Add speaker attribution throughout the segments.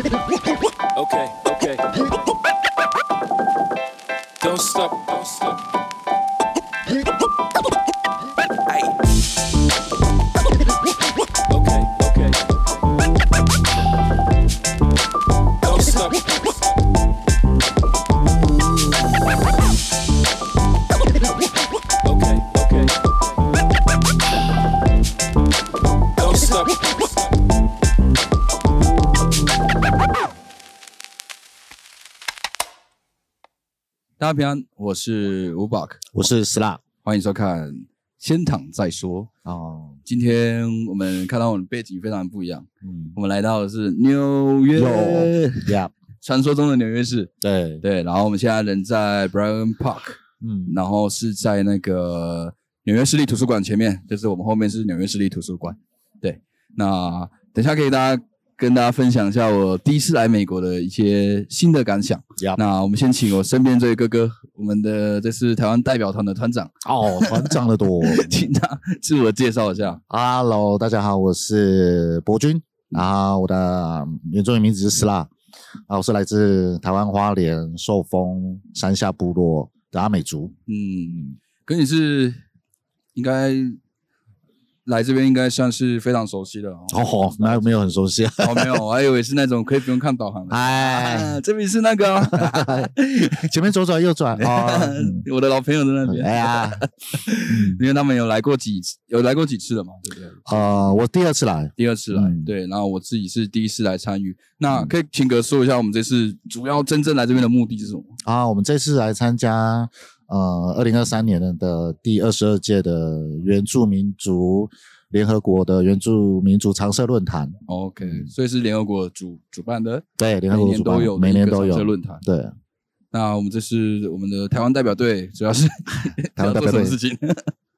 Speaker 1: Okay, okay. Don't stop, don't stop. Ay. Okay, okay. Don't stop. don't stop. Okay, okay. Don't stop. don't stop.
Speaker 2: 大家平安，我是吴宝，
Speaker 3: 我是石蜡
Speaker 2: 欢迎收看《先躺再说》。
Speaker 3: 哦，
Speaker 2: 今天我们看到我们背景非常不一样，
Speaker 3: 嗯，
Speaker 2: 我们来到的是纽约，
Speaker 3: 呀，
Speaker 2: 传说中的纽约市。
Speaker 3: 对，
Speaker 2: 对，然后我们现在人在 Bryan Park，
Speaker 3: 嗯，
Speaker 2: 然后是在那个纽约市立图书馆前面，就是我们后面是纽约市立图书馆。对，那等一下可以大家跟大家分享一下我第一次来美国的一些新的感想。
Speaker 3: 呀，
Speaker 2: 那我们先请我身边这位哥哥，我们的这是台湾代表团的团长，
Speaker 3: 哦，团长的多。
Speaker 2: 请他自我介绍一下。
Speaker 3: Hello，大家好，我是博君，然后我的原住民名字是石蜡，啊，我是来自台湾花莲寿丰山下部落的阿美族，
Speaker 2: 嗯，可你是应该来这边应该算是非常熟悉的哦。
Speaker 3: 哦，那没有很熟悉，
Speaker 2: 哦，没有，我还以为是那种可以不用看导航的。
Speaker 3: 哎，
Speaker 2: 啊，这边是那个啊、
Speaker 3: 前面左转右转，哦， 嗯
Speaker 2: 我的老朋友在那边。
Speaker 3: 哎呀，
Speaker 2: 因为他们有来过几次，有来过几次了嘛，对不对？
Speaker 3: 呃，我第二次来，
Speaker 2: 第二次来，
Speaker 3: 嗯
Speaker 2: 对，然后我自己是第一次来参与。那可以请哥说一下，我们这次主要真正来这边的目的是什么？
Speaker 3: 啊，我们这次来参加呃二零二三年的第二十二届的原住民族联合国的原住民族常设论坛，
Speaker 2: 哦 OK，、
Speaker 3: 嗯
Speaker 2: 所以是联合国主主办的，
Speaker 3: 对，联合
Speaker 2: 每
Speaker 3: 国
Speaker 2: 年
Speaker 3: 主办
Speaker 2: 都有，
Speaker 3: 每年都有
Speaker 2: 这论坛。
Speaker 3: 对，
Speaker 2: 那我们这是我们的台湾代表队，主要是
Speaker 3: 台湾代表队
Speaker 2: 要做什么事情？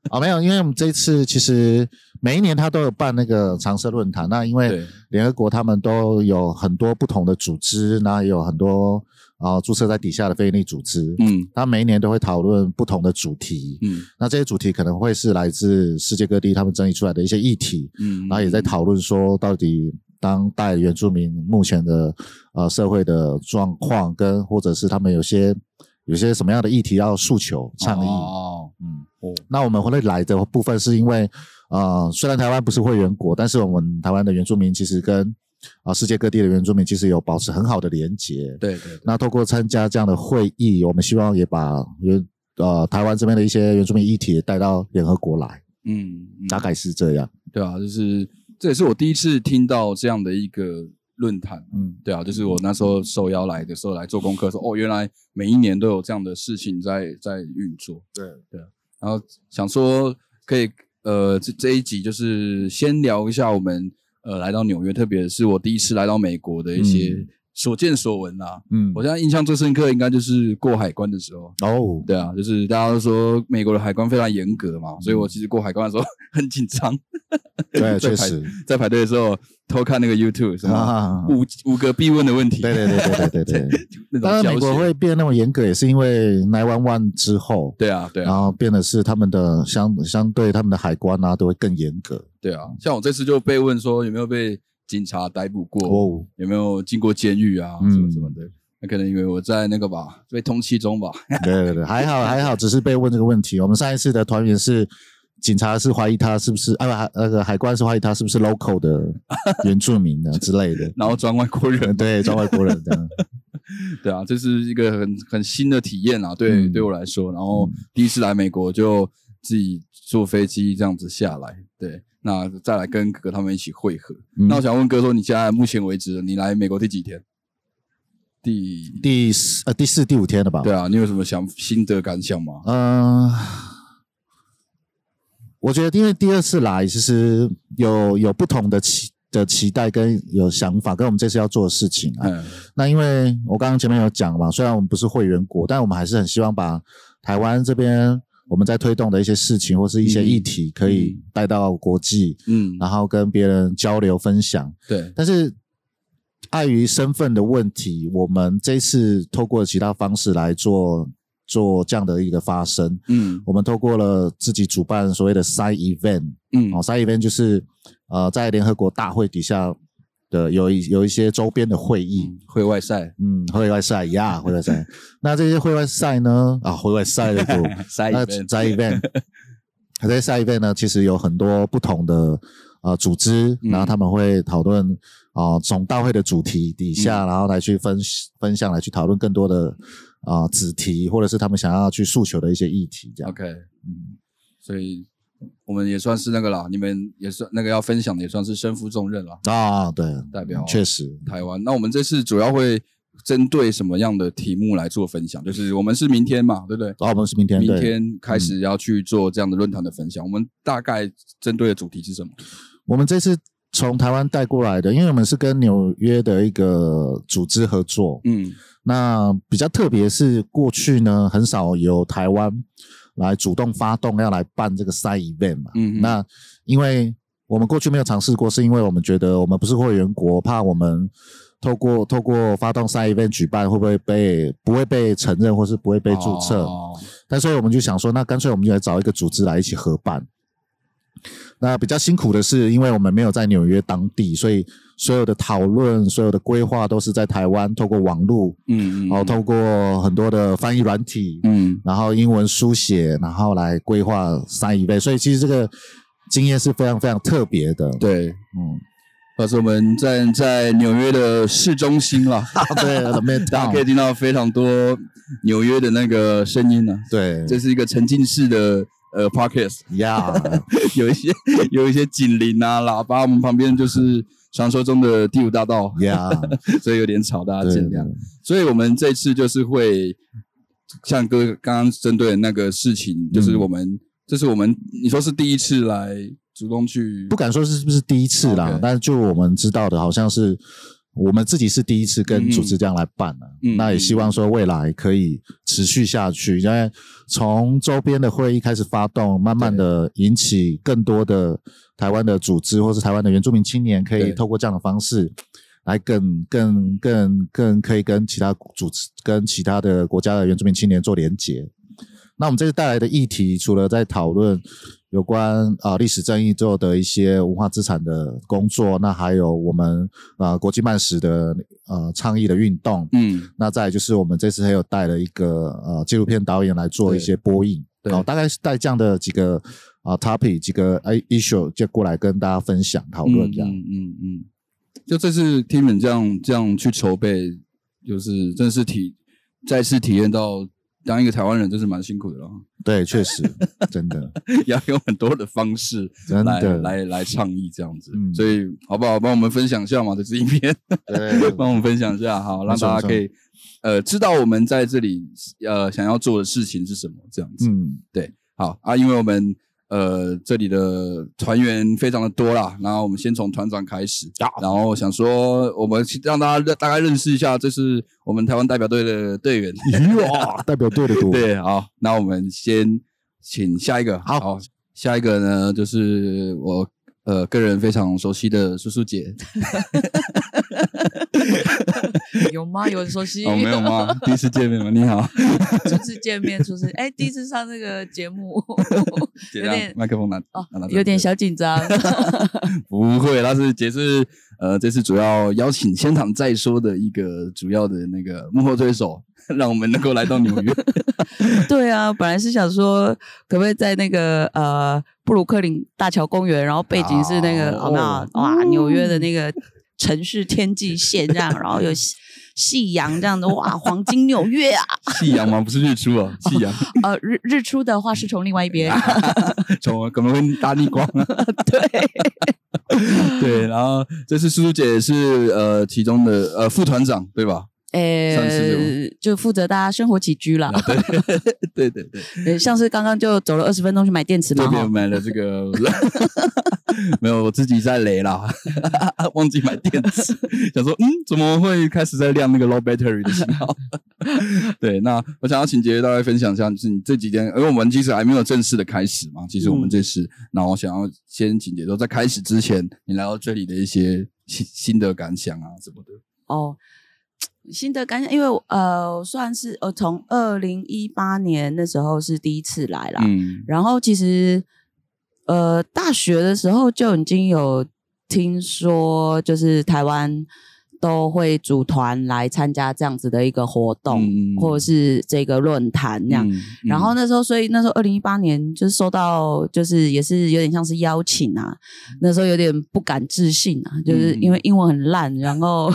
Speaker 3: 啊，没有，因为我们这一次其实每一年他都有办那个常设论坛，那因为
Speaker 2: 对，
Speaker 3: 联合国他们都有很多不同的组织，那也有很多啊、呃注册在底下的非营利组织，
Speaker 2: 嗯
Speaker 3: 他每一年都会讨论不同的主题，
Speaker 2: 嗯
Speaker 3: 那这些主题可能会是来自世界各地他们整理出来的一些议题，
Speaker 2: 嗯，
Speaker 3: 然后也在讨论说，到底当代原住民目前的呃社会的状况，跟或者是他们有些有些什么样的议题要诉求倡议。
Speaker 2: 哦
Speaker 3: 嗯，
Speaker 2: 哦，
Speaker 3: 那我们会来的部分是因为，呃，虽然台湾不是会员国，但是我们台湾的原住民其实跟啊、呃世界各地的原住民其实有保持很好的连结。
Speaker 2: 对对对，
Speaker 3: 那透过参加这样的会议，我们希望也把原呃台湾这边的一些原住民议题带到联合国来，
Speaker 2: 嗯，嗯
Speaker 3: 大概是这样。
Speaker 2: 对啊，就是这也是我第一次听到这样的一个论坛。
Speaker 3: 嗯，
Speaker 2: 对啊，就是我那时候受邀来的时候来做功课，说哦，原来每一年都有这样的事情在在运作。啊
Speaker 3: 对
Speaker 2: 然后想说可以呃这这一集就是先聊一下我们呃来到纽约，特别是我第一次来到美国的一些
Speaker 3: 嗯
Speaker 2: 所见所闻啦、
Speaker 3: 嗯
Speaker 2: 我现在印象最深刻应该就是过海关的时候。
Speaker 3: 哦，
Speaker 2: 对啊，就是大家都说美国的海关非常严格嘛，所以
Speaker 3: 嗯
Speaker 2: 我其实过海关的时候 很紧张，
Speaker 3: 对，
Speaker 2: 在
Speaker 3: 确
Speaker 2: 排
Speaker 3: 实，
Speaker 2: 在排队的时候偷看那个 YouTube 什么
Speaker 3: 啊，
Speaker 2: 五五个必问的问题，
Speaker 3: 对对 对对对对对。
Speaker 2: 那
Speaker 3: 当
Speaker 2: 种
Speaker 3: 然，
Speaker 2: 教
Speaker 3: 美国
Speaker 2: 学
Speaker 3: 会变那么严格，也是因为 Nine One One 之后，
Speaker 2: 对啊对啊
Speaker 3: 然后变的是他们的相相对他们的海关啊，都会更严 格。
Speaker 2: 对啊，像我这次就被问说有没有被警察逮捕过，
Speaker 3: 哦，
Speaker 2: 有没有进过监狱啊，
Speaker 3: 嗯
Speaker 2: 什么什么的。那可能以为我在那个吧，被通缉中吧。
Speaker 3: 对对对，还好还好，只是被问这个问题。我们上一次的团员是。警察是怀疑他是不是啊？不那个海关是怀疑他是不是 local 的原住民啊之类的，
Speaker 2: 然后装外国人，
Speaker 3: 对，招外国人的。
Speaker 2: 对啊，这是一个很很新的体验啊，对、
Speaker 3: 嗯
Speaker 2: 对我来说。然后第一次来美国，就自己坐飞机这样子下来，对，那再来跟哥哥他们一起汇合。
Speaker 3: 嗯
Speaker 2: 那我想问哥说，你现在目前为止，你来美国第几天？第
Speaker 3: 第四呃第四第五天了吧？
Speaker 2: 对啊，你有什么想心得感想吗？
Speaker 3: 嗯，我觉得因为第二次来，其实有有不同的期的期待跟有想法，跟我们这次要做的事情啊。
Speaker 2: 嗯
Speaker 3: 那因为我刚刚前面有讲嘛，虽然我们不是会员国，但我们还是很希望把台湾这边我们在推动的一些事情或是一些
Speaker 2: 嗯
Speaker 3: 议题，可以带到国际，
Speaker 2: 嗯，
Speaker 3: 然后跟别人交流分享。
Speaker 2: 对，
Speaker 3: 但是碍于身份的问题，我们这次透过其他方式来做做这样的一个发声。
Speaker 2: 嗯
Speaker 3: 我们透过了自己主办所谓的 side event，
Speaker 2: 嗯
Speaker 3: 哦，side event 就是呃在联合国大会底下的有一有一些周边的会议，
Speaker 2: 会外 赛
Speaker 3: 嗯，会外赛呀，会外赛。那这些会外赛呢？啊，会外 赛的股，
Speaker 2: 赛
Speaker 3: 那
Speaker 2: event
Speaker 3: 在 event，那在赛 event 呢，其实有很多不同的呃组织，
Speaker 2: 嗯
Speaker 3: 然后他们会讨论啊、呃总大会的主题底
Speaker 2: 嗯
Speaker 3: 下，然后来去分分享，来去讨论更多的啊、呃子题，或者是他们想要去诉求的一些议题，这样。
Speaker 2: OK，嗯，所以我们也算是那个啦，你们也算那个要分享的，也算是身负重任了。
Speaker 3: 啊，对，
Speaker 2: 代表
Speaker 3: 确实，
Speaker 2: 台湾，那我们这次主要会针对什么样的题目来做分享？就是我们是明天嘛，对不对？
Speaker 3: 澳门是明天，
Speaker 2: 明
Speaker 3: 对
Speaker 2: 天开始要去做这样的论坛的分享，我们大概针对的主题是什么？
Speaker 3: 我们这次从台湾带过来的，因为我们是跟纽约的一个组织合作，
Speaker 2: 嗯
Speaker 3: 那比较特别是过去呢，很少有台湾来主动发动要来办这个赛 event 嘛。
Speaker 2: 嗯哼
Speaker 3: 那因为我们过去没有尝试过，是因为我们觉得我们不是会员国，怕我们透过透过发动赛 event 举办会不会被不会被承认，或是不会被注册。
Speaker 2: 哦
Speaker 3: 那所以我们就想说，那干脆我们就来找一个组织来一起合办。那比较辛苦的是，因为我们没有在纽约当地，所以所有的讨论、所有的规划都是在台湾，透过网络
Speaker 2: 嗯嗯，
Speaker 3: 然后透过很多的翻译软体，
Speaker 2: 嗯
Speaker 3: 然后英文书写，然后来规划三一倍，所以其实这个经验是非常非常特别的。，
Speaker 2: 对，
Speaker 3: 嗯，
Speaker 2: 但是我们站在纽约的市中心啦，
Speaker 3: 对，The
Speaker 2: 大家可以
Speaker 3: Midtown，
Speaker 2: 听到非常多纽约的那个声音呢、
Speaker 3: 对，
Speaker 2: 这是一个沉浸式的呃 podcast，
Speaker 3: 呀，
Speaker 2: 有一些 有一些警铃啊、喇叭，我们旁边就是传说中的第五大道，
Speaker 3: 呀，
Speaker 2: 所以有点吵，大家
Speaker 3: 对
Speaker 2: 见谅。所以我们这次就是会像哥刚刚针对的那个事情，
Speaker 3: 嗯
Speaker 2: 就是我们、这是我们你说是第一次来主动去
Speaker 3: 不敢说是不是第一次啦
Speaker 2: 嗯 OK，
Speaker 3: 但是就我们知道的，好像是我们自己是第一次跟组织这样来办的、
Speaker 2: 嗯嗯
Speaker 3: 那也希望说未来可以持续下去，因为从周边的会议开始发动，慢慢的引起更多的台湾的组织或是台湾的原住民青年，可以
Speaker 2: 对
Speaker 3: 透过这样的方式。来更更更更可以跟其他组织、跟其他的国家的原住民青年做连结。那我们这次带来的议题，除了在讨论有关啊、呃历史正义之后的一些文化资产的工作，那还有我们啊国际漫史的呃倡议的运动，
Speaker 2: 嗯
Speaker 3: 那再来就是我们这次还有带了一个呃纪录片导演来做一些播映，
Speaker 2: 对
Speaker 3: 哦，大概是带这样的几个啊、topic 几个哎 issue 就过来跟大家分享讨论这样。
Speaker 2: 嗯嗯嗯，就这次听你们这样这样去筹备，就是真的是体再次体验到。当一个台湾人真是蛮辛苦的了，
Speaker 3: 对，确实，真的，
Speaker 2: 要有很多的方式
Speaker 3: 真
Speaker 2: 来
Speaker 3: 的
Speaker 2: 来来倡议这样子，
Speaker 3: 嗯
Speaker 2: 所以好不好？帮我们分享一下嘛，这支影片。
Speaker 3: 对
Speaker 2: 帮我们分享一下，好，让
Speaker 3: 没错
Speaker 2: 大家可以呃知道我们在这里呃想要做的事情是什么，这样子。
Speaker 3: 嗯，
Speaker 2: 好啊，因为我们呃这里的团员非常的多啦，然后我们先从团长开始，然后想说我们让大家认大概认识一下，这是我们台湾代表队的队员。
Speaker 3: 哇，代表队的 多，
Speaker 2: 对，好，那我们先请下一个，
Speaker 3: 好
Speaker 2: 下一个呢就是我。呃，个人非常熟悉的叔叔 姐，
Speaker 4: 有吗？有熟悉？
Speaker 2: 哦，没有吗？第一次见面吗？你好，
Speaker 4: 初次见面，初次哎，第一次上这个节 目，
Speaker 2: 姐
Speaker 4: 有
Speaker 2: 让
Speaker 4: 点
Speaker 2: 麦克风拿
Speaker 4: 哦
Speaker 2: 拿到，这
Speaker 4: 有点
Speaker 2: 边
Speaker 4: 小紧张。
Speaker 2: 不会，他是杰是呃，这次主要邀请现场再说的一个主要的那个幕后推手， 让我们能够来到纽约。
Speaker 4: 对啊，本来是想说，可不可以在那个呃布鲁克林大桥公园，然后背景是那个
Speaker 2: 哦
Speaker 4: 好不好？哇，纽约的那个城市天际线这样，然后有夕夕阳这样的，哇，黄金纽约 啊！
Speaker 2: 夕阳吗？不是日出 啊，夕阳
Speaker 4: 呃，日日出的话是从另外一 边，
Speaker 2: 从可能会大逆 光啊。
Speaker 4: 对。
Speaker 2: 对，然后这次苏苏姐是呃其中的呃副团长对吧？算是
Speaker 4: 呃，就负责大家生活起居啦。
Speaker 2: 对对对对，
Speaker 4: 呃像是刚刚就走了二十分钟去买电池嘛，
Speaker 2: 这
Speaker 4: 哈
Speaker 2: 边买了这个， 没有，我自己在雷啦，忘记买电池，想说嗯，怎么会开始在亮那个 low battery 的信号？ 对，那我想要请杰大概分享一下，就是你这几天，因为我们其实还没有正式的开始嘛，其实
Speaker 4: 嗯
Speaker 2: 我们这次，然后想要先请杰说，在开始之前，你来到这里的一些新新的感想啊什么的。
Speaker 4: 哦，心得感想，因为我呃，我算是呃，从二零一八年那时候是第一次来啦，
Speaker 2: 嗯
Speaker 4: 然后其实呃，大学的时候就已经有听说就是台湾都会组团来参加这样子的一个活动，
Speaker 2: 嗯
Speaker 4: 或者是这个论坛那样。
Speaker 2: 嗯
Speaker 4: 然后那时候，所以那时候二零一八年就是收到，就是也是有点像是邀请啊。那时候有点不敢置信啊，就是因为
Speaker 2: 嗯
Speaker 4: 英文很烂，然后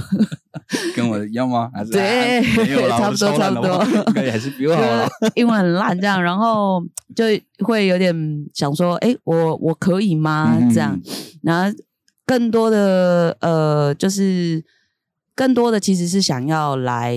Speaker 2: 跟我一样吗？还是
Speaker 4: 对
Speaker 2: 啊没有啦，
Speaker 4: 差不多
Speaker 2: 我是超懒的
Speaker 4: 差不多
Speaker 2: 我应该还是比我
Speaker 4: 就
Speaker 2: 好 啦。
Speaker 4: 英文很烂这样，然后就会有点想说，哎，我我可以吗？这
Speaker 2: 嗯
Speaker 4: 样，然后更多的呃，就是更多的其实是想要来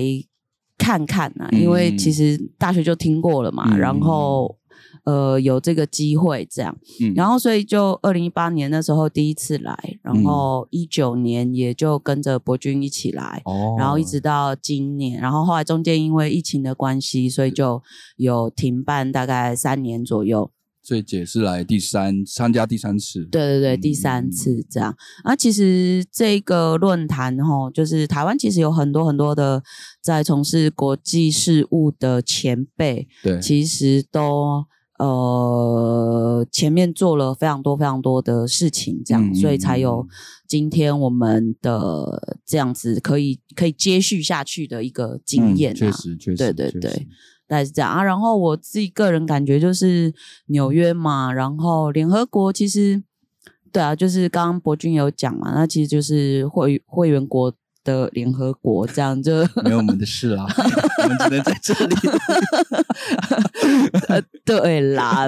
Speaker 4: 看看啊，因为
Speaker 2: 嗯
Speaker 4: 其实大学就听过了嘛，
Speaker 2: 嗯
Speaker 4: 然后呃有这个机会这样，
Speaker 2: 嗯，
Speaker 4: 然
Speaker 2: 后
Speaker 4: 后所以就二零一八年那时候第一次来，
Speaker 2: 嗯
Speaker 4: 然后一九年也就跟着博君一起来。
Speaker 2: 哦
Speaker 4: 然后一直到今年，然后后来中间因为疫情的关系，所以就有停办大概三年左右。
Speaker 2: 所以姐是来第三参加第三次，
Speaker 4: 对对对，第
Speaker 2: 嗯
Speaker 4: 三次这样。啊，其实这个论坛吼，就是台湾其实有很多很多的在从事国际事务的前辈，
Speaker 2: 对，
Speaker 4: 其实都呃前面做了非常多非常多的事情，这样，
Speaker 2: 嗯
Speaker 4: 所以才有今天我们的这样子可以可以接续下去的一个经
Speaker 2: 嗯
Speaker 4: 验、啊
Speaker 2: 确实确实，
Speaker 4: 对对
Speaker 2: 确
Speaker 4: 对
Speaker 2: 实，
Speaker 4: 大概是这样啊。然后我自己个人感觉就是纽约嘛，然后联合国其实对啊，就是刚刚博君有讲嘛，那其实就是会会员国的联合国，这样就
Speaker 2: 没有我们的事啦，我们只能在这里。
Speaker 4: 对啦，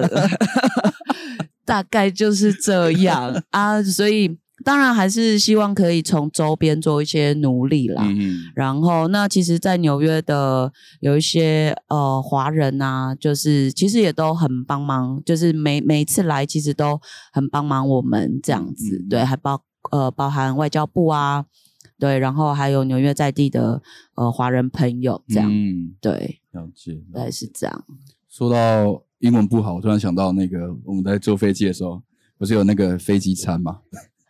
Speaker 4: 大概就是这样啊。所以当然还是希望可以从周边做一些努力啦。
Speaker 2: 嗯
Speaker 4: 然后，那其实，在纽约的有一些呃华人啊，就是其实也都很帮忙，就是每每一次来，其实都很帮忙我们这样子，
Speaker 2: 嗯嗯
Speaker 4: 对，还包呃包含外交部啊，对，然后还有纽约在地的呃华人朋友这样，
Speaker 2: 嗯，
Speaker 4: 对，
Speaker 2: 了解。
Speaker 4: 大概是这样，
Speaker 2: 说到英文不好，我突然想到那个我们在坐飞机的时候，不是有那个飞机餐吗？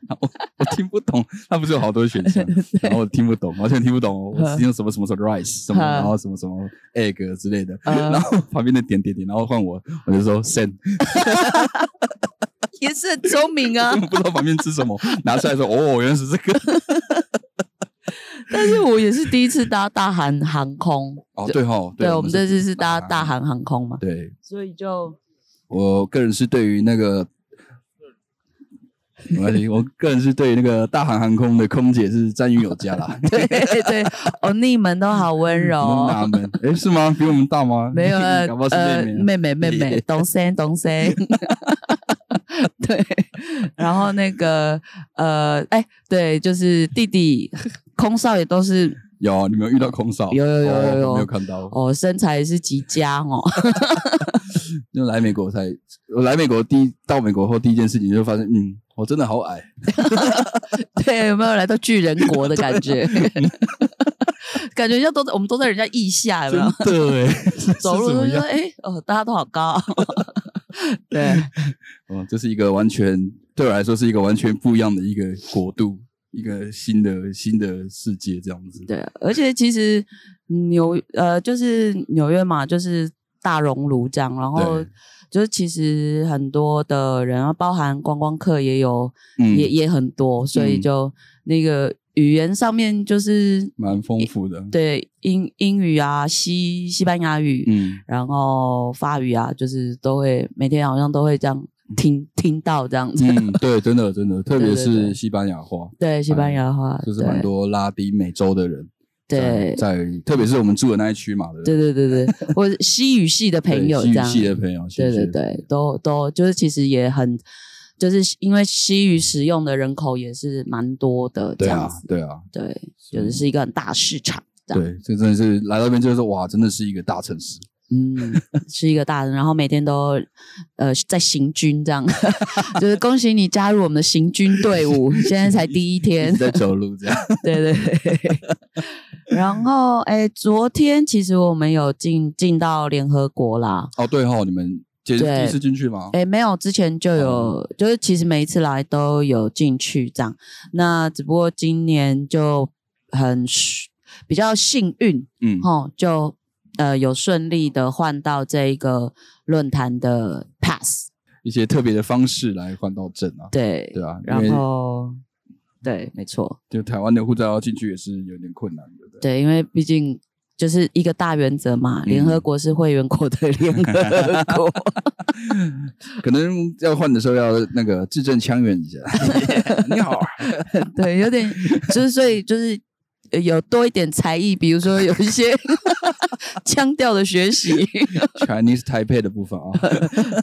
Speaker 2: 我我听不懂，它不是有好多选项，然后我听不懂，完全听不懂，我只用什么什么什么 rice 什么，
Speaker 4: 嗯
Speaker 2: 然后什么什么 egg 之类的，
Speaker 4: 嗯
Speaker 2: 然后旁边的点点点，然后换我，我就说 send，
Speaker 4: 也是很聪明啊
Speaker 2: 根本不知道旁边吃什么，拿出来说哦，原来是这个，
Speaker 4: 但是我也是第一次搭大韩航空，
Speaker 2: 哦对哈，
Speaker 4: 对，我们这
Speaker 2: 是
Speaker 4: 次是搭
Speaker 2: 大
Speaker 4: 大
Speaker 2: 韩
Speaker 4: 韩航空嘛，
Speaker 2: 对
Speaker 4: 所以就
Speaker 2: 我个人是对于那个，没关系，我个人是对于那个大韩航空的空姐是赞誉有加啦。
Speaker 4: 对对，欧尼们都好温柔
Speaker 2: 我
Speaker 4: 哦。
Speaker 2: 们纳闷，哎，是吗？比我们大 吗？
Speaker 4: 没有了
Speaker 2: 搞不好，是
Speaker 4: 呃，
Speaker 2: 妹妹。啊
Speaker 4: 妹妹妹 妹，东森东森， 对，然后那个呃，哎，对，就是弟弟空少也都是
Speaker 2: 有啊你们有遇到空少？
Speaker 4: 有有有
Speaker 2: 哦
Speaker 4: 有有
Speaker 2: 我没有看到。
Speaker 4: 哦，身材也是极佳哦，
Speaker 2: 因为来美国才，我来美国第一到美国后第一件事情就发现，嗯，我真的好矮。
Speaker 4: 对，有没有来到巨人国的感觉？ 感觉像都在我们都在人家腋下，有没有？
Speaker 2: 对，是
Speaker 4: 走
Speaker 2: 是
Speaker 4: 路
Speaker 2: 什
Speaker 4: 都
Speaker 2: 么
Speaker 4: 觉
Speaker 2: 样？
Speaker 4: 得哎哦，大家都好高， 对，
Speaker 2: 哦，这是一个完全对我来说是一个完全不一样的一个国度，一个新的新的世界这样子。
Speaker 4: 对，而且其实纽呃，就是纽约嘛，就是大熔炉这样，然后
Speaker 2: 对
Speaker 4: 就是其实很多的人，然后啊包含观光客也有，
Speaker 2: 嗯
Speaker 4: 也也很多，所以
Speaker 2: 嗯
Speaker 4: 就那个语言上面就是
Speaker 2: 蛮丰富的。
Speaker 4: 对英英语啊、西西班牙语，
Speaker 2: 嗯，
Speaker 4: 然后法语啊，就是都会每天好像都会这样听听到这样子，
Speaker 2: 嗯，对，真的真的，特别
Speaker 4: 对对
Speaker 2: 是
Speaker 4: 对
Speaker 2: 西班牙话，
Speaker 4: 对西班牙话，
Speaker 2: 哎就是
Speaker 4: 对
Speaker 2: 蛮多拉丁美洲的人在
Speaker 4: 对。
Speaker 2: 在，特别是我们住的那一区嘛，
Speaker 4: 对
Speaker 2: 对
Speaker 4: 对对对，或者西语系的
Speaker 2: 不对
Speaker 4: 朋友
Speaker 2: 西
Speaker 4: 这
Speaker 2: 语
Speaker 4: 样，
Speaker 2: 系的朋友，西语
Speaker 4: 对
Speaker 2: 系的
Speaker 4: 对对，都都就是其实也很，就是因为西语使用的人口也是蛮多的，这
Speaker 2: 对
Speaker 4: 样
Speaker 2: 啊
Speaker 4: 子，
Speaker 2: 对啊，
Speaker 4: 对，
Speaker 2: 所
Speaker 4: 就
Speaker 2: 以
Speaker 4: 是是一个很大市场，这样，
Speaker 2: 对，这真的是来到这边就是说哇，真的是一个大城市，
Speaker 4: 嗯，是一个大人，然后每天都呃在行军这样， 就是恭喜你加入我们的行军队伍，现在才第一
Speaker 2: 一
Speaker 4: 天
Speaker 2: 直，在走路这样。
Speaker 4: 对对 对。然后，哎，昨天其实我们有进进到联合国啦，
Speaker 2: 哦，对哈，你们姐是
Speaker 4: 对哎
Speaker 2: 第一次进去吗？
Speaker 4: 诶，没有，之前就有，就是其实每一次来都有进去这样。那只不过今年就很顺比较幸运，
Speaker 2: 嗯，
Speaker 4: 吼，就呃有顺利的换到这一个论坛的 pass，
Speaker 2: 一些特别的方式来换到证啊，
Speaker 4: 对，
Speaker 2: 对啊，因为
Speaker 4: 然后对，没错，
Speaker 2: 就台湾的护照要进去也是有点困难的。
Speaker 4: 对，因为毕竟就是一个大原则嘛，联合国是会员国的 联合国，
Speaker 2: 可能要换的时候要那个字正腔圆一 下。 你好啊，
Speaker 4: 对，有点就是所以就是。呃有多一点才艺，比如说有一些腔调的学习，
Speaker 2: ，Chinese Taipei 的部分 啊，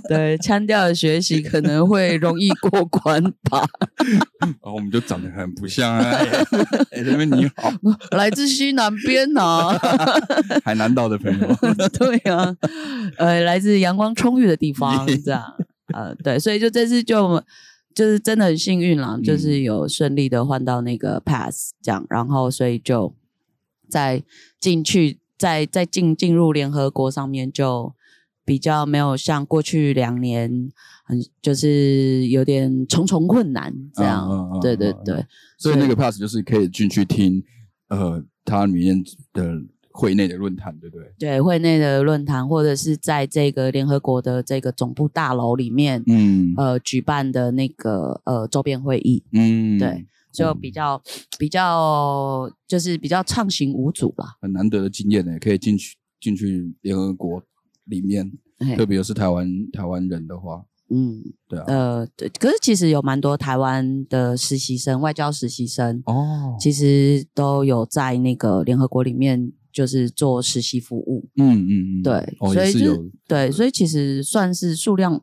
Speaker 4: 对腔调的学习可能会容易过关吧。
Speaker 2: 然哦后我们就长得很不像啊。 哎，这边你好，
Speaker 4: 来自西南边啊，
Speaker 2: 海南岛的朋友，
Speaker 4: 对啊，呃，来自阳光充裕的 地方，这样，呃，对，所以就这次就我们就是真的很幸运啦，
Speaker 2: 嗯
Speaker 4: 就是有顺利的换到那个 pass 这样，然后所以就再进去，再再进进入联合国上面就。比较没有像过去两年，很就是有点重重困难这样，
Speaker 2: 嗯嗯嗯
Speaker 4: 对对
Speaker 2: 嗯嗯
Speaker 4: 对，
Speaker 2: 所以那个 pass 就是可以进去听，呃，它里面的会内的论坛，对不对？
Speaker 4: 对会内的论坛，或者是在这个联合国的这个总部大楼里面，
Speaker 2: 嗯
Speaker 4: 呃，举办的那个呃周边会议，
Speaker 2: 嗯，
Speaker 4: 对，就比较、比较就是比较畅行无阻啦。
Speaker 2: 很难得的经验呢，可以进去进去联合国里面，
Speaker 4: 嘿
Speaker 2: 特别是台湾台湾人的话，
Speaker 4: 嗯，
Speaker 2: 对啊，
Speaker 4: 呃，对，可是其实有蛮多台湾的实习生，外交实习生，
Speaker 2: 哦，
Speaker 4: 其实都有在那个联合国里面就是做实习服务。
Speaker 2: 嗯嗯嗯，
Speaker 4: 对，
Speaker 2: 哦，
Speaker 4: 所
Speaker 2: 也
Speaker 4: 以就是是
Speaker 2: 有，
Speaker 4: 对，所以其实算是数量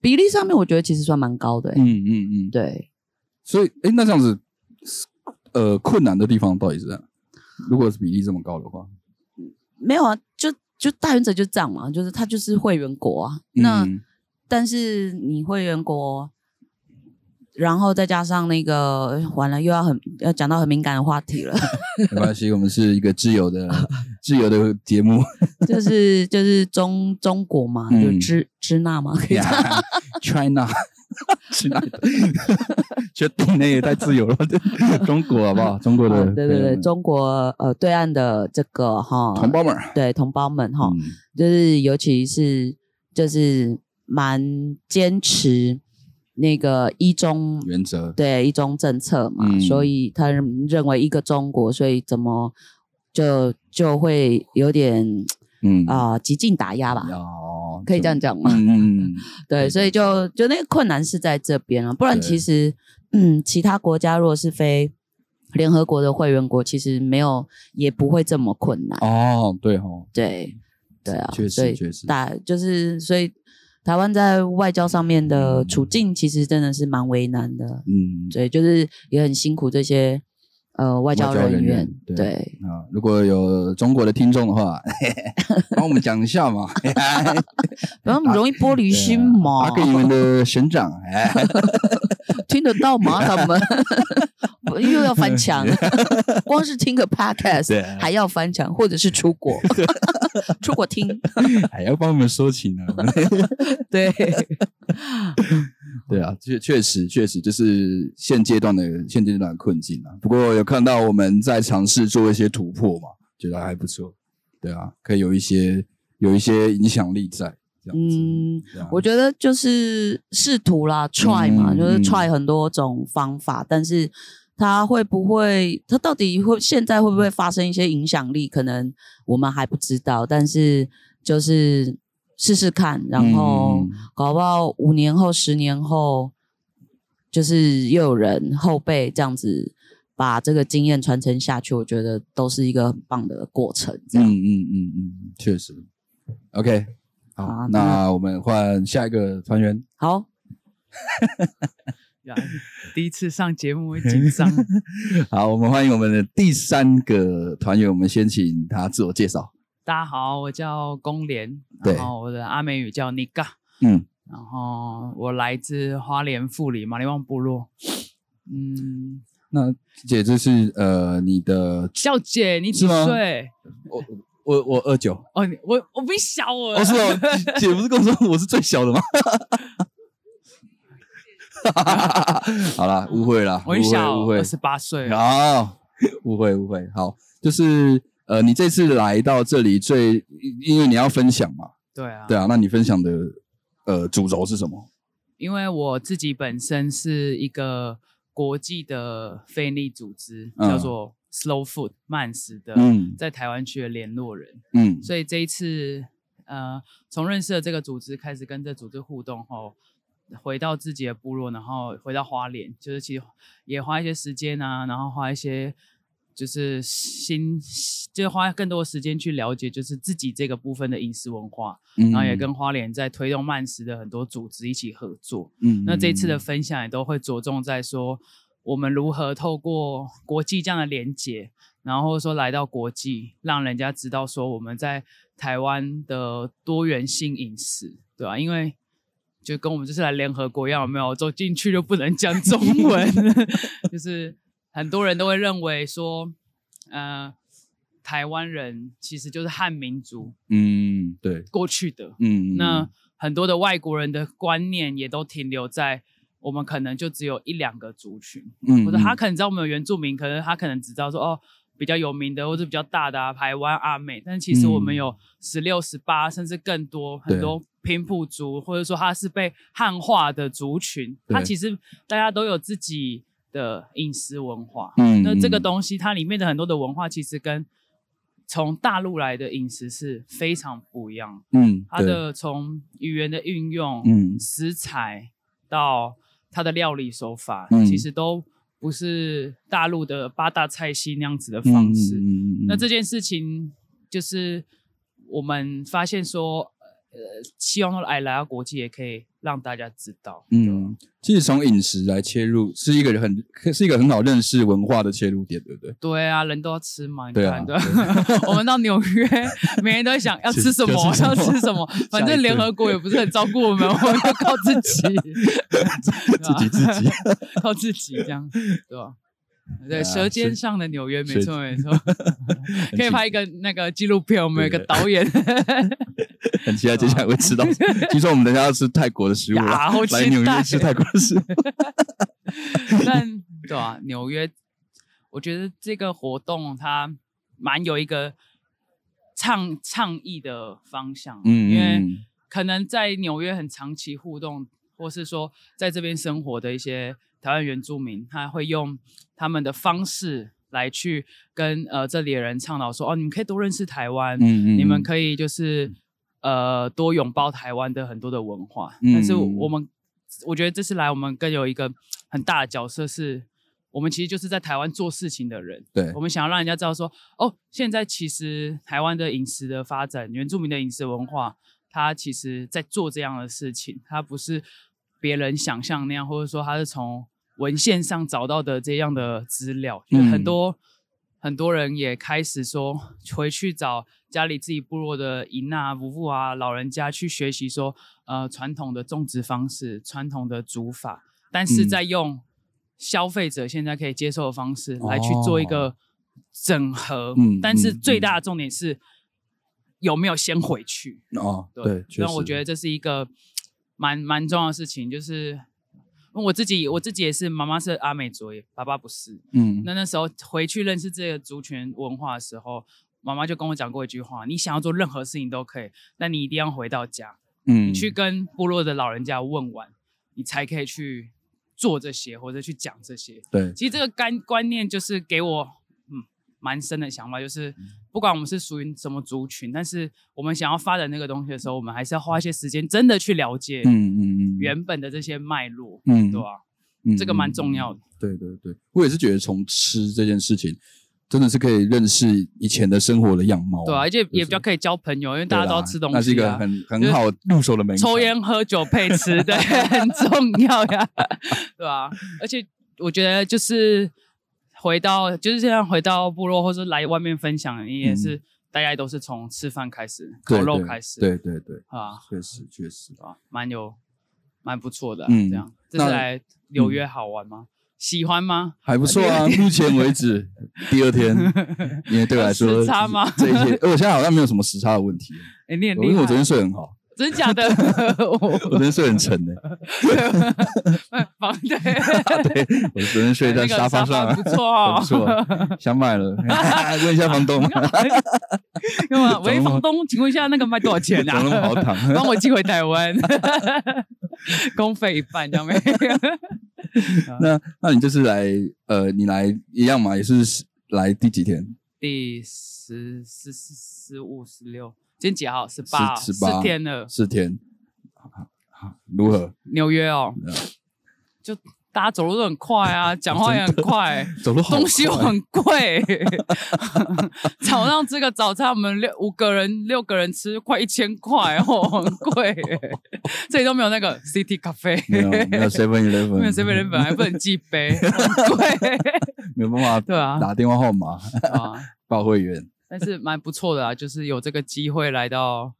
Speaker 4: 比例上面，我觉得其实算蛮高的、欸。
Speaker 2: 嗯嗯嗯，
Speaker 4: 对，
Speaker 2: 所以哎，诶那这样子，呃，困难的地方到底是在哪？如果是比例这么高的话，
Speaker 4: 没有啊，就就大原则就这样嘛，就是他就是会员国啊。那、
Speaker 2: 嗯
Speaker 4: 但是你会员国，然后再加上那个，完了又要很要讲到很敏感的话题了，
Speaker 2: 没关系，我们是一个自由 的自由的节目，
Speaker 4: 就是就是中中国嘛，
Speaker 2: 嗯啊
Speaker 4: 就支支那嘛，可以讲
Speaker 2: China，去哪里？ 觉得岛内也太自由了， 中国好不好？中国的
Speaker 4: 啊
Speaker 2: 朋友们，
Speaker 4: 对对对，中国呃对岸的这个哈
Speaker 2: 同胞们儿，
Speaker 4: 对同胞们哈，
Speaker 2: 嗯
Speaker 4: 就是尤其是就是蛮坚持那个一中
Speaker 2: 原则，
Speaker 4: 对一中政策嘛，
Speaker 2: 嗯
Speaker 4: 所以他认认为一个中国，所以怎么就就会有点
Speaker 2: 嗯
Speaker 4: 啊、呃极尽打压吧，
Speaker 2: 哦，
Speaker 4: 可以
Speaker 2: 就
Speaker 4: 这样讲吗？
Speaker 2: 嗯嗯嗯，可以
Speaker 4: 对，所以就就那个困难是在这边了、不然
Speaker 2: 对
Speaker 4: 其实嗯，其他国家如果是非联合国的会员国，其实没有也不会这么困难。
Speaker 2: 哦，对哦，
Speaker 4: 对 对啊，
Speaker 2: 确实
Speaker 4: 所以
Speaker 2: 确实
Speaker 4: 大就是所以台湾在外交上面的处境，其实真的是蛮为难的。
Speaker 2: 嗯，
Speaker 4: 对，就是也很辛苦这些呃外交
Speaker 2: 外交
Speaker 4: 人
Speaker 2: 人员
Speaker 4: 员。
Speaker 2: 对
Speaker 4: 对，
Speaker 2: 啊，如果有中国的听众的话， 帮我们讲一下嘛，
Speaker 4: 不
Speaker 2: 啊
Speaker 4: 要那么容易玻璃心
Speaker 2: 打
Speaker 4: 嘛，
Speaker 2: 给你们的省长，哎，
Speaker 4: 听得到吗？他们又要翻墙， 光是听个 podcast
Speaker 2: 对啊
Speaker 4: 还要翻墙，或者是出 国，出国听。
Speaker 2: 还要帮我们说情呢。
Speaker 4: 对，
Speaker 2: 对啊，确确实确实就是现阶段的现阶段的困境啊。不过有看到我们在尝试做一些突破嘛，觉得还不错。对啊，可以有一些有一些影响力在这样子。
Speaker 4: 嗯，
Speaker 2: 对啊
Speaker 4: 我觉得就是试图啦，try 嘛，
Speaker 2: 嗯
Speaker 4: 就是
Speaker 2: 嗯
Speaker 4: try 很多种方法，但是它会不会，它到底会现在会不会发生一些影响力？可能我们还不知道，但是就是试试看，然后
Speaker 2: 嗯
Speaker 4: 搞不好五年后、十年后，就是又有人后辈这样子。把这个经验传承下去，我觉得都是一个很棒的过程。
Speaker 2: 嗯
Speaker 4: 这样，
Speaker 2: 嗯嗯嗯，确实。OK，好，
Speaker 4: 好啊
Speaker 2: 那我们换下一个团员。
Speaker 4: 好，
Speaker 5: 呀，第一次上节目会紧张。
Speaker 2: 好，我们欢迎我们的第三个团员，我们先请他自我介绍。
Speaker 5: 大家好，我叫公莲，
Speaker 2: 对
Speaker 5: 然后我的阿美语叫 Niga，
Speaker 2: 嗯，
Speaker 5: 然后我来自花莲富里马里旺部落。嗯，
Speaker 2: 那姐，这是呃你的，
Speaker 5: 笑姐，你
Speaker 2: 是
Speaker 5: 几
Speaker 2: 吗
Speaker 5: 岁？
Speaker 2: 我我我二九。
Speaker 5: 哦，你我我比你小啊我。
Speaker 2: 哦，是哦，姐姐不是跟我说我是最小的吗？ 好啦，误会啦，误
Speaker 5: 我
Speaker 2: 会
Speaker 5: 很小，
Speaker 2: 误会
Speaker 5: 二，十八岁。
Speaker 2: 啊，误会误会，好，就是呃，你这次来到这里最，因为你要分享嘛，
Speaker 5: 对啊，
Speaker 2: 对啊，那你分享的呃主轴是什么？
Speaker 5: 因为我自己本身是一个国际的非利组织，
Speaker 2: 嗯
Speaker 5: 叫做 Slow Food 慢食的，
Speaker 2: 嗯
Speaker 5: 在台湾区的联络人。
Speaker 2: 嗯
Speaker 5: 所以这一次，呃，从认识了这个组织开始跟这组织互动后，回到自己的部落，然后回到花莲，就是其实也花一些时间啊，然后花一些就是新，就是花更多的时间去了解，就是自己这个部分的饮食文化，
Speaker 2: 嗯，
Speaker 5: 然后也跟花莲在推动慢食的很多组织一起合作。
Speaker 2: 嗯
Speaker 5: 那这次的分享也都会着重在说，我们如何透过国际这样的连接，然后说来到国际，让人家知道说我们在台湾的多元性饮食，对吧、因为就跟我们这次来联合国一样，有没有走进去就不能讲中文，就是很多人都会认为说，呃，台湾人其实就是汉民族
Speaker 2: 嗯对
Speaker 5: 过去的，
Speaker 2: 嗯
Speaker 5: 那很多的外国人的观念也都停留在我们可能就只有一两个族群，
Speaker 2: 嗯
Speaker 5: 或者他可能知道我们有原住民，可能他可能只知道说哦比较有名的或者比较大的、啊、台湾、阿美，但其实我们
Speaker 2: 嗯
Speaker 5: 有十六、十八甚至更多
Speaker 2: 对
Speaker 5: 很多平埔族，或者说他是被汉化的族群，他
Speaker 2: 对
Speaker 5: 其实大家都有自己的饮食文化。
Speaker 2: 嗯
Speaker 5: 那这个
Speaker 2: 嗯
Speaker 5: 东西它里面的很多的文化，其实跟从大陆来的饮食是非常不一样的。
Speaker 2: 嗯
Speaker 5: 它的从语言的运用、
Speaker 2: 嗯
Speaker 5: 食材到它的料理手法，
Speaker 2: 嗯
Speaker 5: 其实都不是大陆的八大菜系那样子的
Speaker 2: 嗯
Speaker 5: 方式。那这件事情就是我们发现说，呃，希望来来到国际也可以让大家知道。
Speaker 2: 嗯，其实从饮食来切入是一个很是一个很好认识文化的切入点，对不对？
Speaker 5: 对啊，人都要吃嘛，你
Speaker 2: 对啊
Speaker 5: 看对吧 我们到纽约，每天都在想要吃什么，
Speaker 2: 吃
Speaker 5: 要吃什么。反正联合国也不是很照顾我们，我们就靠自 己，自己自己 靠自己这样，对
Speaker 2: 对
Speaker 5: 吧？
Speaker 2: 啊
Speaker 5: 对，舌尖
Speaker 2: 是
Speaker 5: 上的纽约，没
Speaker 2: 是
Speaker 5: 错没 错，可以拍一个那个纪录片，我们有一个
Speaker 2: 对
Speaker 5: 导 演，
Speaker 2: 很期待接下来会吃 到。听说我们等一下要吃泰国的食物
Speaker 5: 呀好
Speaker 2: 了，
Speaker 5: 期
Speaker 2: 来纽约吃泰
Speaker 5: 待
Speaker 2: 国的 食物。
Speaker 5: 但对啊，纽约，我觉得这个活动它蛮有一个倡倡议的方向，啊
Speaker 2: 嗯，
Speaker 5: 因为可能在纽约很长期互动，或是说在这边生活的一些台湾原住民，他会用他们的方式来去跟呃这里的人倡导说，哦，你们可以多认识台湾，
Speaker 2: 嗯
Speaker 5: 你们可以就是呃多拥抱台湾的很多的文化，但是
Speaker 2: 嗯
Speaker 5: 我们我觉得这次来我们更有一个很大的角色是，我们其实就是在台湾做事情的人，
Speaker 2: 对
Speaker 5: 我们想要让人家知道说，哦，现在其实台湾的饮食的发展，原住民的饮食文化，它其实在做这样的事情，它不是别人想象那样，或者说它是从文献上找到的这样的资料，就是
Speaker 2: 嗯
Speaker 5: 很多、很多人也开始说回去找家里自己部落的姨啊、夫妇啊、老人家去学习说，呃，传统的种植方式、传统的煮法，但是
Speaker 2: 嗯
Speaker 5: 在用消费者现在可以接受的方式来去做一个整合。
Speaker 2: 哦嗯
Speaker 5: 但是
Speaker 2: 嗯
Speaker 5: 最大的重点是有没有先回去。
Speaker 2: 哦，对，确
Speaker 5: 所以
Speaker 2: 实
Speaker 5: 我觉得这是一个蛮蛮重要的事情，就是因为我自己我自己也是，妈妈是阿美族，也爸爸不是。
Speaker 2: 嗯，
Speaker 5: 那那时候回去认识这个族群文化的时候，妈妈就跟我讲过一句话：你想要做任何事情都可以，但你一定要回到家，
Speaker 2: 嗯
Speaker 5: 你去跟部落的老人家问完，你才可以去做这些或者去讲这些。
Speaker 2: 对，
Speaker 5: 其实这个观观念就是给我嗯蛮深的想法，就是
Speaker 2: 嗯
Speaker 5: 不管我们是属于什么族群，但是我们想要发展那个东西的时候，我们还是要花一些时间真的去了解
Speaker 2: 嗯嗯嗯，
Speaker 5: 原本的这些脉络，
Speaker 2: 嗯
Speaker 5: 对吧、
Speaker 2: 嗯
Speaker 5: 这个蛮重要的。
Speaker 2: 对对对，我也是觉得从吃这件事情，真的是可以认识以前的生活的样貌、
Speaker 5: 对啊，而且
Speaker 2: 哦
Speaker 5: 也比较
Speaker 2: 就是
Speaker 5: 可以交朋友，因为大家都要
Speaker 2: 对啦
Speaker 5: 吃东西、啊，
Speaker 2: 那是一个很
Speaker 5: 就
Speaker 2: 很
Speaker 5: 是
Speaker 2: 好入手的门槛。
Speaker 5: 抽烟喝酒配 吃，对，很重要呀， 对吧、而且我觉得就是回到，就是现在回到部落，或是来外面分享，你也是、大家都是从吃饭开始，
Speaker 2: 对
Speaker 5: 烤肉
Speaker 2: 嗯对
Speaker 5: 开始，
Speaker 2: 对对对，
Speaker 5: 啊，
Speaker 2: 确实确实。
Speaker 5: 啊，蛮有蛮不错的啊、
Speaker 2: 嗯
Speaker 5: 这样这
Speaker 2: 那嗯
Speaker 5: 是来纽约好玩吗？喜欢吗？
Speaker 2: 还不错啊，目前为止第二 天，因为对我来说
Speaker 5: 时差吗
Speaker 2: 这一些，呃我现在好像没有什么时差的问题，
Speaker 5: 哎、你很
Speaker 2: 因
Speaker 5: 厉
Speaker 2: 为
Speaker 5: 害，
Speaker 2: 我昨天睡很好，
Speaker 5: 真假 的，
Speaker 2: 我昨天睡很沉 的，
Speaker 5: 房对，
Speaker 2: 对我昨天睡在
Speaker 5: 那个
Speaker 2: 沙发上啊，
Speaker 5: 不错 哦，
Speaker 2: 很不错，想买了， 问一下房东，
Speaker 5: 干嘛？
Speaker 2: 怎
Speaker 5: 喂，
Speaker 2: 么
Speaker 5: 房东，请问一下那个卖多少钱
Speaker 2: 怎么那么好
Speaker 5: 啊？
Speaker 2: 躺？
Speaker 5: 帮我寄回台湾，公费一半，这样没有？
Speaker 2: 那那你这次来，呃，你来一样嘛，也是来第几天？
Speaker 5: 第十十十十五十六，今天几号？十八，
Speaker 2: 十
Speaker 5: 四
Speaker 2: 18
Speaker 5: 天了。
Speaker 2: 四天，啊如何？
Speaker 5: 纽约哦，就大家走路都很 快啊，讲话也很快，
Speaker 2: 走路好
Speaker 5: 东西又
Speaker 2: 快
Speaker 5: 很贵。 早上这个早餐我们六五个人六个人吃，快一千块哦，很 贵耶。这里都没有那个 City Cafe，
Speaker 2: 没有 没有 Seven Eleven，
Speaker 5: 没有 seven 人本来不能寄杯，很贵。
Speaker 2: 没有办法
Speaker 5: 对啊
Speaker 2: 打电话号码
Speaker 5: 对啊
Speaker 2: 报会员。
Speaker 5: 但是蛮不错的啊，就是有这个机会来到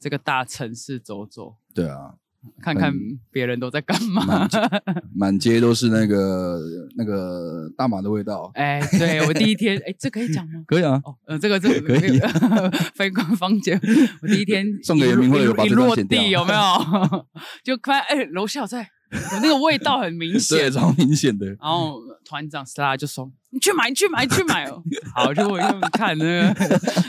Speaker 5: 这个大城市走走，
Speaker 2: 对啊，
Speaker 5: 看看
Speaker 2: 嗯
Speaker 5: 别人都在干嘛
Speaker 2: 蛮。 满街都是那个那个大麻的味道。
Speaker 5: 哎，对我第一天，哎，这可以讲吗？
Speaker 2: 可以啊，
Speaker 5: 哦，呃，这个这个
Speaker 2: 可以，啊
Speaker 5: 非官方节目。我第一天
Speaker 2: 送给
Speaker 5: 一
Speaker 2: 袁明
Speaker 5: 入
Speaker 2: 慧
Speaker 5: 一
Speaker 2: 有
Speaker 5: 入
Speaker 2: 把
Speaker 5: 一
Speaker 2: 这段
Speaker 5: 落
Speaker 2: 剪掉
Speaker 5: 地有没有？ 就看哎，楼下有在，有那个味道很明
Speaker 2: 对，
Speaker 5: 显。
Speaker 2: 超明显的。
Speaker 5: 然后团长 s l 就说：“你去买，你去买，你去买。” 哦。好，就我就看那个，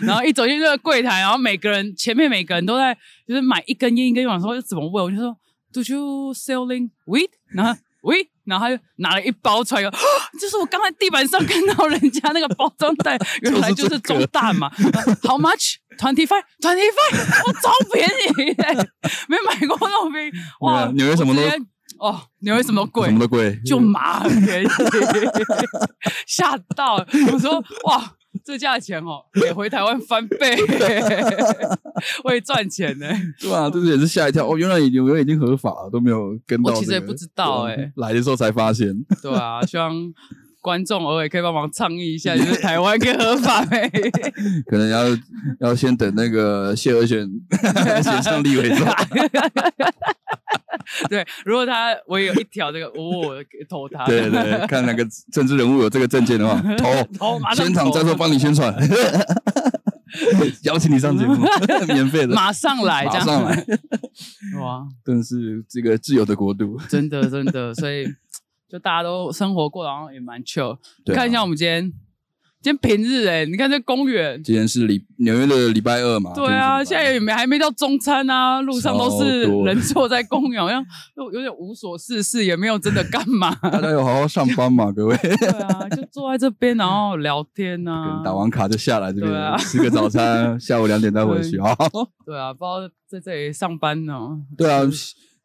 Speaker 5: 然后一走进那个柜台，然后每个人前面每个人都在就是买一根烟一根烟，我说怎么问？我就说：“Do you selling weed？” 然后 weed，然后他就拿了一包出来，哦就这是我刚才地板上看到人家那个包装袋，原来就是中大嘛。How much? Twenty five, twenty five，我超便宜耶、没买过那种便宜
Speaker 2: 对
Speaker 5: 哇！
Speaker 2: 啊纽约什么都
Speaker 5: 我直接哦，纽约什么都贵，
Speaker 2: 什么都贵，
Speaker 5: 就麻很便宜， 吓到了！我说哇，这价钱哦，得回台湾翻倍， 我也赚钱呢。
Speaker 2: 对啊，这是也是吓一跳哦，原来纽约已经合法了，都没有跟到、这个。
Speaker 5: 我
Speaker 2: 啊
Speaker 5: 其实也不知道欸
Speaker 2: 来的时候才发现。
Speaker 5: 对啊，希望观众偶尔可以帮忙倡议一下，就是台湾可以合法没？
Speaker 2: 可能要要先等那个谢和 弦选上立委之后，
Speaker 5: 对，如果他我也有一条这个，哦我我投他，
Speaker 2: 对对对，看哪个政治人物有这个证件的话，投
Speaker 5: 哦投马上
Speaker 2: 现场
Speaker 5: 投
Speaker 2: 教授帮你宣传，邀请你上节 目，免费的，
Speaker 5: 马上来，这
Speaker 2: 马
Speaker 5: 样
Speaker 2: 上来，
Speaker 5: 哇！
Speaker 2: 真是这个自由的国度，
Speaker 5: 真的真的，所以就大家都生活过，然后也蛮 chill。
Speaker 2: 对啊
Speaker 5: 看一下我们今天，今天平日哎、你看这公园，
Speaker 2: 今天是礼纽约的礼拜二嘛，
Speaker 5: 对啊，
Speaker 2: 今
Speaker 5: 现
Speaker 2: 天
Speaker 5: 在
Speaker 2: 是礼
Speaker 5: 也没还没到中餐啊，路上都是
Speaker 2: 超多
Speaker 5: 人坐在公园，好像又有点无所事事，也没有真的干嘛。
Speaker 2: 拜二大家有好好上班嘛，各位，可
Speaker 5: 对啊，就坐在这边，然后聊天啊
Speaker 2: 能，打完卡就下来这
Speaker 5: 对啊
Speaker 2: 边吃个早餐，下午两点再回去，
Speaker 5: 对
Speaker 2: 好。
Speaker 5: 对啊，不知道在这里上班呢。
Speaker 2: 对啊，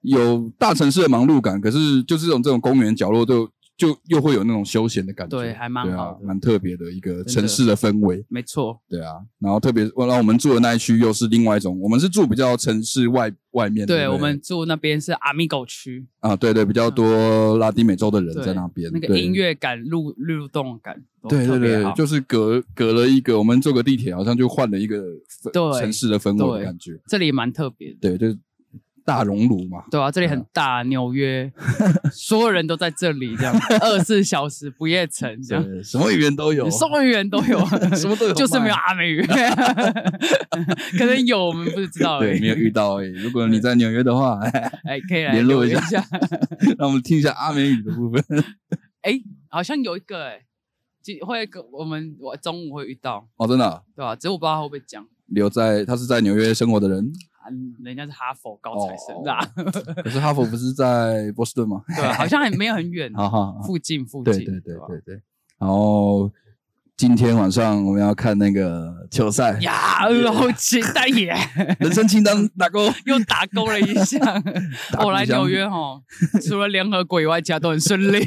Speaker 2: 有大城市的忙碌感，可是就是这种这种公园角落都有就又会有那种休闲的感觉，
Speaker 5: 对还蛮
Speaker 2: 对啊
Speaker 5: 好的
Speaker 2: 蛮特别的一个
Speaker 5: 的
Speaker 2: 城市的氛围。
Speaker 5: 没错，
Speaker 2: 对啊，然后特别，然后我们住的那一区又是另外一种，我们是住比较城市外外面，对
Speaker 5: 对
Speaker 2: 不对
Speaker 5: 我们住那边是阿米狗区，
Speaker 2: 啊，对对，比较多拉丁美洲的人
Speaker 5: 对
Speaker 2: 在那边，
Speaker 5: 那个
Speaker 2: 对
Speaker 5: 音。乐感、路律动感都
Speaker 2: 对
Speaker 5: 特
Speaker 2: 对
Speaker 5: 别
Speaker 2: 对，
Speaker 5: 好，
Speaker 2: 就是隔隔了一个，我们坐个地铁，好像就换了一个氛
Speaker 5: 对
Speaker 2: 城市的氛围的
Speaker 5: 对
Speaker 2: 感觉。
Speaker 5: 这里也蛮特别的。
Speaker 2: 对，就是大熔炉嘛，
Speaker 5: 对啊，这里
Speaker 2: 嗯
Speaker 5: 很大，纽约，所有人都在这里，这 样二十四小时不夜城，这样
Speaker 2: 对，什么语言都有，
Speaker 5: 什么语言都有，啊
Speaker 2: 什么都有卖，
Speaker 5: 就是没有阿美语， 可能有我们不知道而已，
Speaker 2: 对，没有遇到哎、已。如果你在纽约的话，
Speaker 5: 哎，可以来
Speaker 2: 联络
Speaker 5: 留
Speaker 2: 一
Speaker 5: 一
Speaker 2: 下
Speaker 5: 下。
Speaker 2: 让我们听一下阿美语的部分。
Speaker 5: 哎，好像有一个哎，就会跟我们我中午会遇到，
Speaker 2: 哦，真的啊、
Speaker 5: 对吧？只是我不知道他会不会讲，
Speaker 2: 留在他是在纽约生活的人，
Speaker 5: 嗯人家是哈佛高材生
Speaker 2: 哦
Speaker 5: 啦，
Speaker 2: 可是哈佛不是在波士顿吗？
Speaker 5: 对吧？啊好像也没有很远，
Speaker 2: 好好，好
Speaker 5: 附近附
Speaker 2: 对
Speaker 5: 近，啊
Speaker 2: 对对
Speaker 5: 吧
Speaker 2: 对对。然后今天晚上我们要看那个球赛，
Speaker 5: 呀，呃好期待耶！
Speaker 2: 人生清 单打勾。
Speaker 5: 又打勾了一下
Speaker 2: 打。勾
Speaker 5: 我来
Speaker 2: 一下
Speaker 5: 纽 约哦，除了联合国以外，其他都很顺利。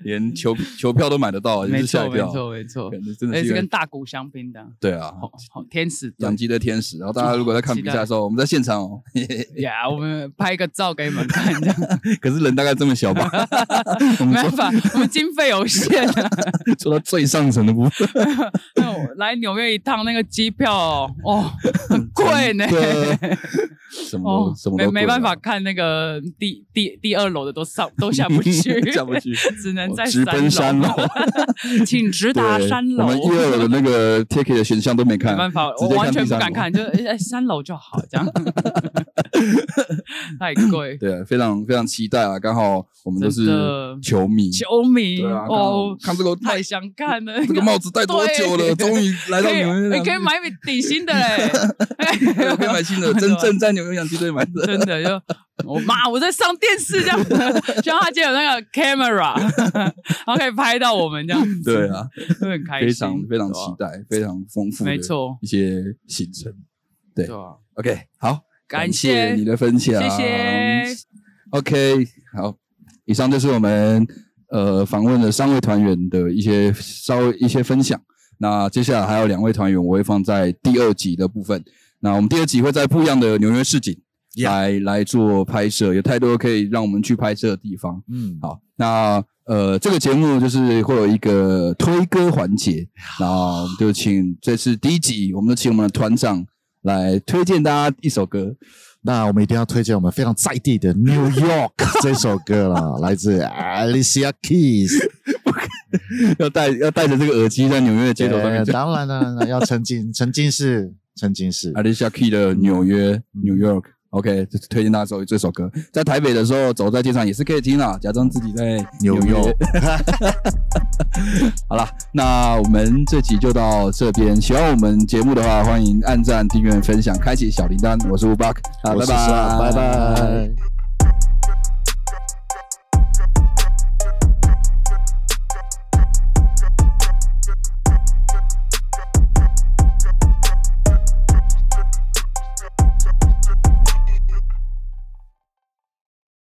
Speaker 2: 连球球票都买得到，啊就
Speaker 5: 没
Speaker 2: 是吓
Speaker 5: 错，
Speaker 2: 一
Speaker 5: 没
Speaker 2: 跳，
Speaker 5: 错，没错
Speaker 2: 感，觉真的
Speaker 5: 也
Speaker 2: 是一
Speaker 5: 是
Speaker 2: 个
Speaker 5: 跟大鼓相拼的。
Speaker 2: 对啊，
Speaker 5: 好，好，天使队
Speaker 2: 养鸡的天使。然后大家如果在看比赛的时候，我们在现场哦， 嘿嘿
Speaker 5: 呀，我们拍一个照给你们看，这样
Speaker 2: 可是人大概这么小 吧， 我们
Speaker 5: 没办
Speaker 2: 坐
Speaker 5: 法， 我们经费有限啊。
Speaker 2: 坐到最上层的部分。
Speaker 5: 那我来纽约一趟，那个机 票哦，哦很贵呢。
Speaker 2: 对，什么
Speaker 5: 哦
Speaker 2: 都什，么
Speaker 5: 没
Speaker 2: 都
Speaker 5: 没
Speaker 2: 贵
Speaker 5: 办
Speaker 2: 啊
Speaker 5: 法，看那个第第第二楼的都上都下不 去，
Speaker 2: 下不去
Speaker 5: 只能
Speaker 2: 我
Speaker 5: 在
Speaker 2: 直奔
Speaker 5: 三
Speaker 2: 楼。
Speaker 5: 请直达
Speaker 2: 对
Speaker 5: 三楼。
Speaker 2: 我们一二楼的那 个 ticket 的选项都没看，
Speaker 5: 没办法，
Speaker 2: 直
Speaker 5: 我
Speaker 2: 接
Speaker 5: 完全
Speaker 2: 第
Speaker 5: 不
Speaker 2: 三
Speaker 5: 敢
Speaker 2: 楼。
Speaker 5: 看，就哎三楼就好 这样，太贵。
Speaker 2: 对，非常非常期待啊！刚好我们都是
Speaker 5: 真的
Speaker 2: 球迷，
Speaker 5: 球迷
Speaker 2: 对啊，刚好
Speaker 5: 哦，
Speaker 2: 看这个
Speaker 5: 太
Speaker 2: 太
Speaker 5: 想看了，
Speaker 2: 这个帽子戴多久 了，
Speaker 5: 对
Speaker 2: 终于来到
Speaker 5: 可以
Speaker 2: 纽约了，
Speaker 5: 你可以买底薪的嘞，
Speaker 2: 对，我可以买新的，真正在纽有相机对满的。
Speaker 5: 真的就我妈我在上电视这样，希望他今天有那个 camera，然 后可以拍到我们这样子，
Speaker 2: 对，啊，
Speaker 5: 会很开心，
Speaker 2: 非常非常
Speaker 5: 对啊
Speaker 2: 期待，非常丰富，
Speaker 5: 没，错，
Speaker 2: 一些行程。对
Speaker 5: 对啊，
Speaker 2: OK，好，
Speaker 5: 感
Speaker 2: 谢
Speaker 5: 谢
Speaker 2: 你的分享，
Speaker 5: 谢谢。
Speaker 2: OK，好，以上就是我们呃访问的三位团员的一些稍微一些分享。那接下来还有两位团员，我会放在第二集的部分。那我们第二集会在不一样的纽约市景
Speaker 3: Yeah
Speaker 2: 来来做拍摄，有太多可以让我们去拍摄的地方。
Speaker 3: 嗯，
Speaker 2: 好，那呃，这个节目就是会有一个推歌环节，然后我们就请这次第一集，我们就请我们的团长来推荐大家一首歌。
Speaker 3: 那我们一定要推荐我们非常在地的 New York 这首歌了，来自 Alicia Keys。
Speaker 2: 要戴要戴着这个耳机在纽约的街头上面
Speaker 3: 呃
Speaker 2: 讲。
Speaker 3: 当然了，当然要沉浸，沉浸式，沉 浸式。
Speaker 2: Alicia Key 的《纽约》（New York）。OK，这推荐大家这首这首歌，在台北的时候走在街上也是可以听啦，假装自己在纽
Speaker 3: 纽
Speaker 2: 约
Speaker 3: 约。
Speaker 2: 好啦，那我们这集就到这边。喜欢我们节目的话，欢迎按赞、订阅、分享、开启小铃铛。我是吴巴克，好，啊
Speaker 3: 我
Speaker 2: 拜
Speaker 3: 是 Sir，
Speaker 2: 拜，
Speaker 3: 拜拜。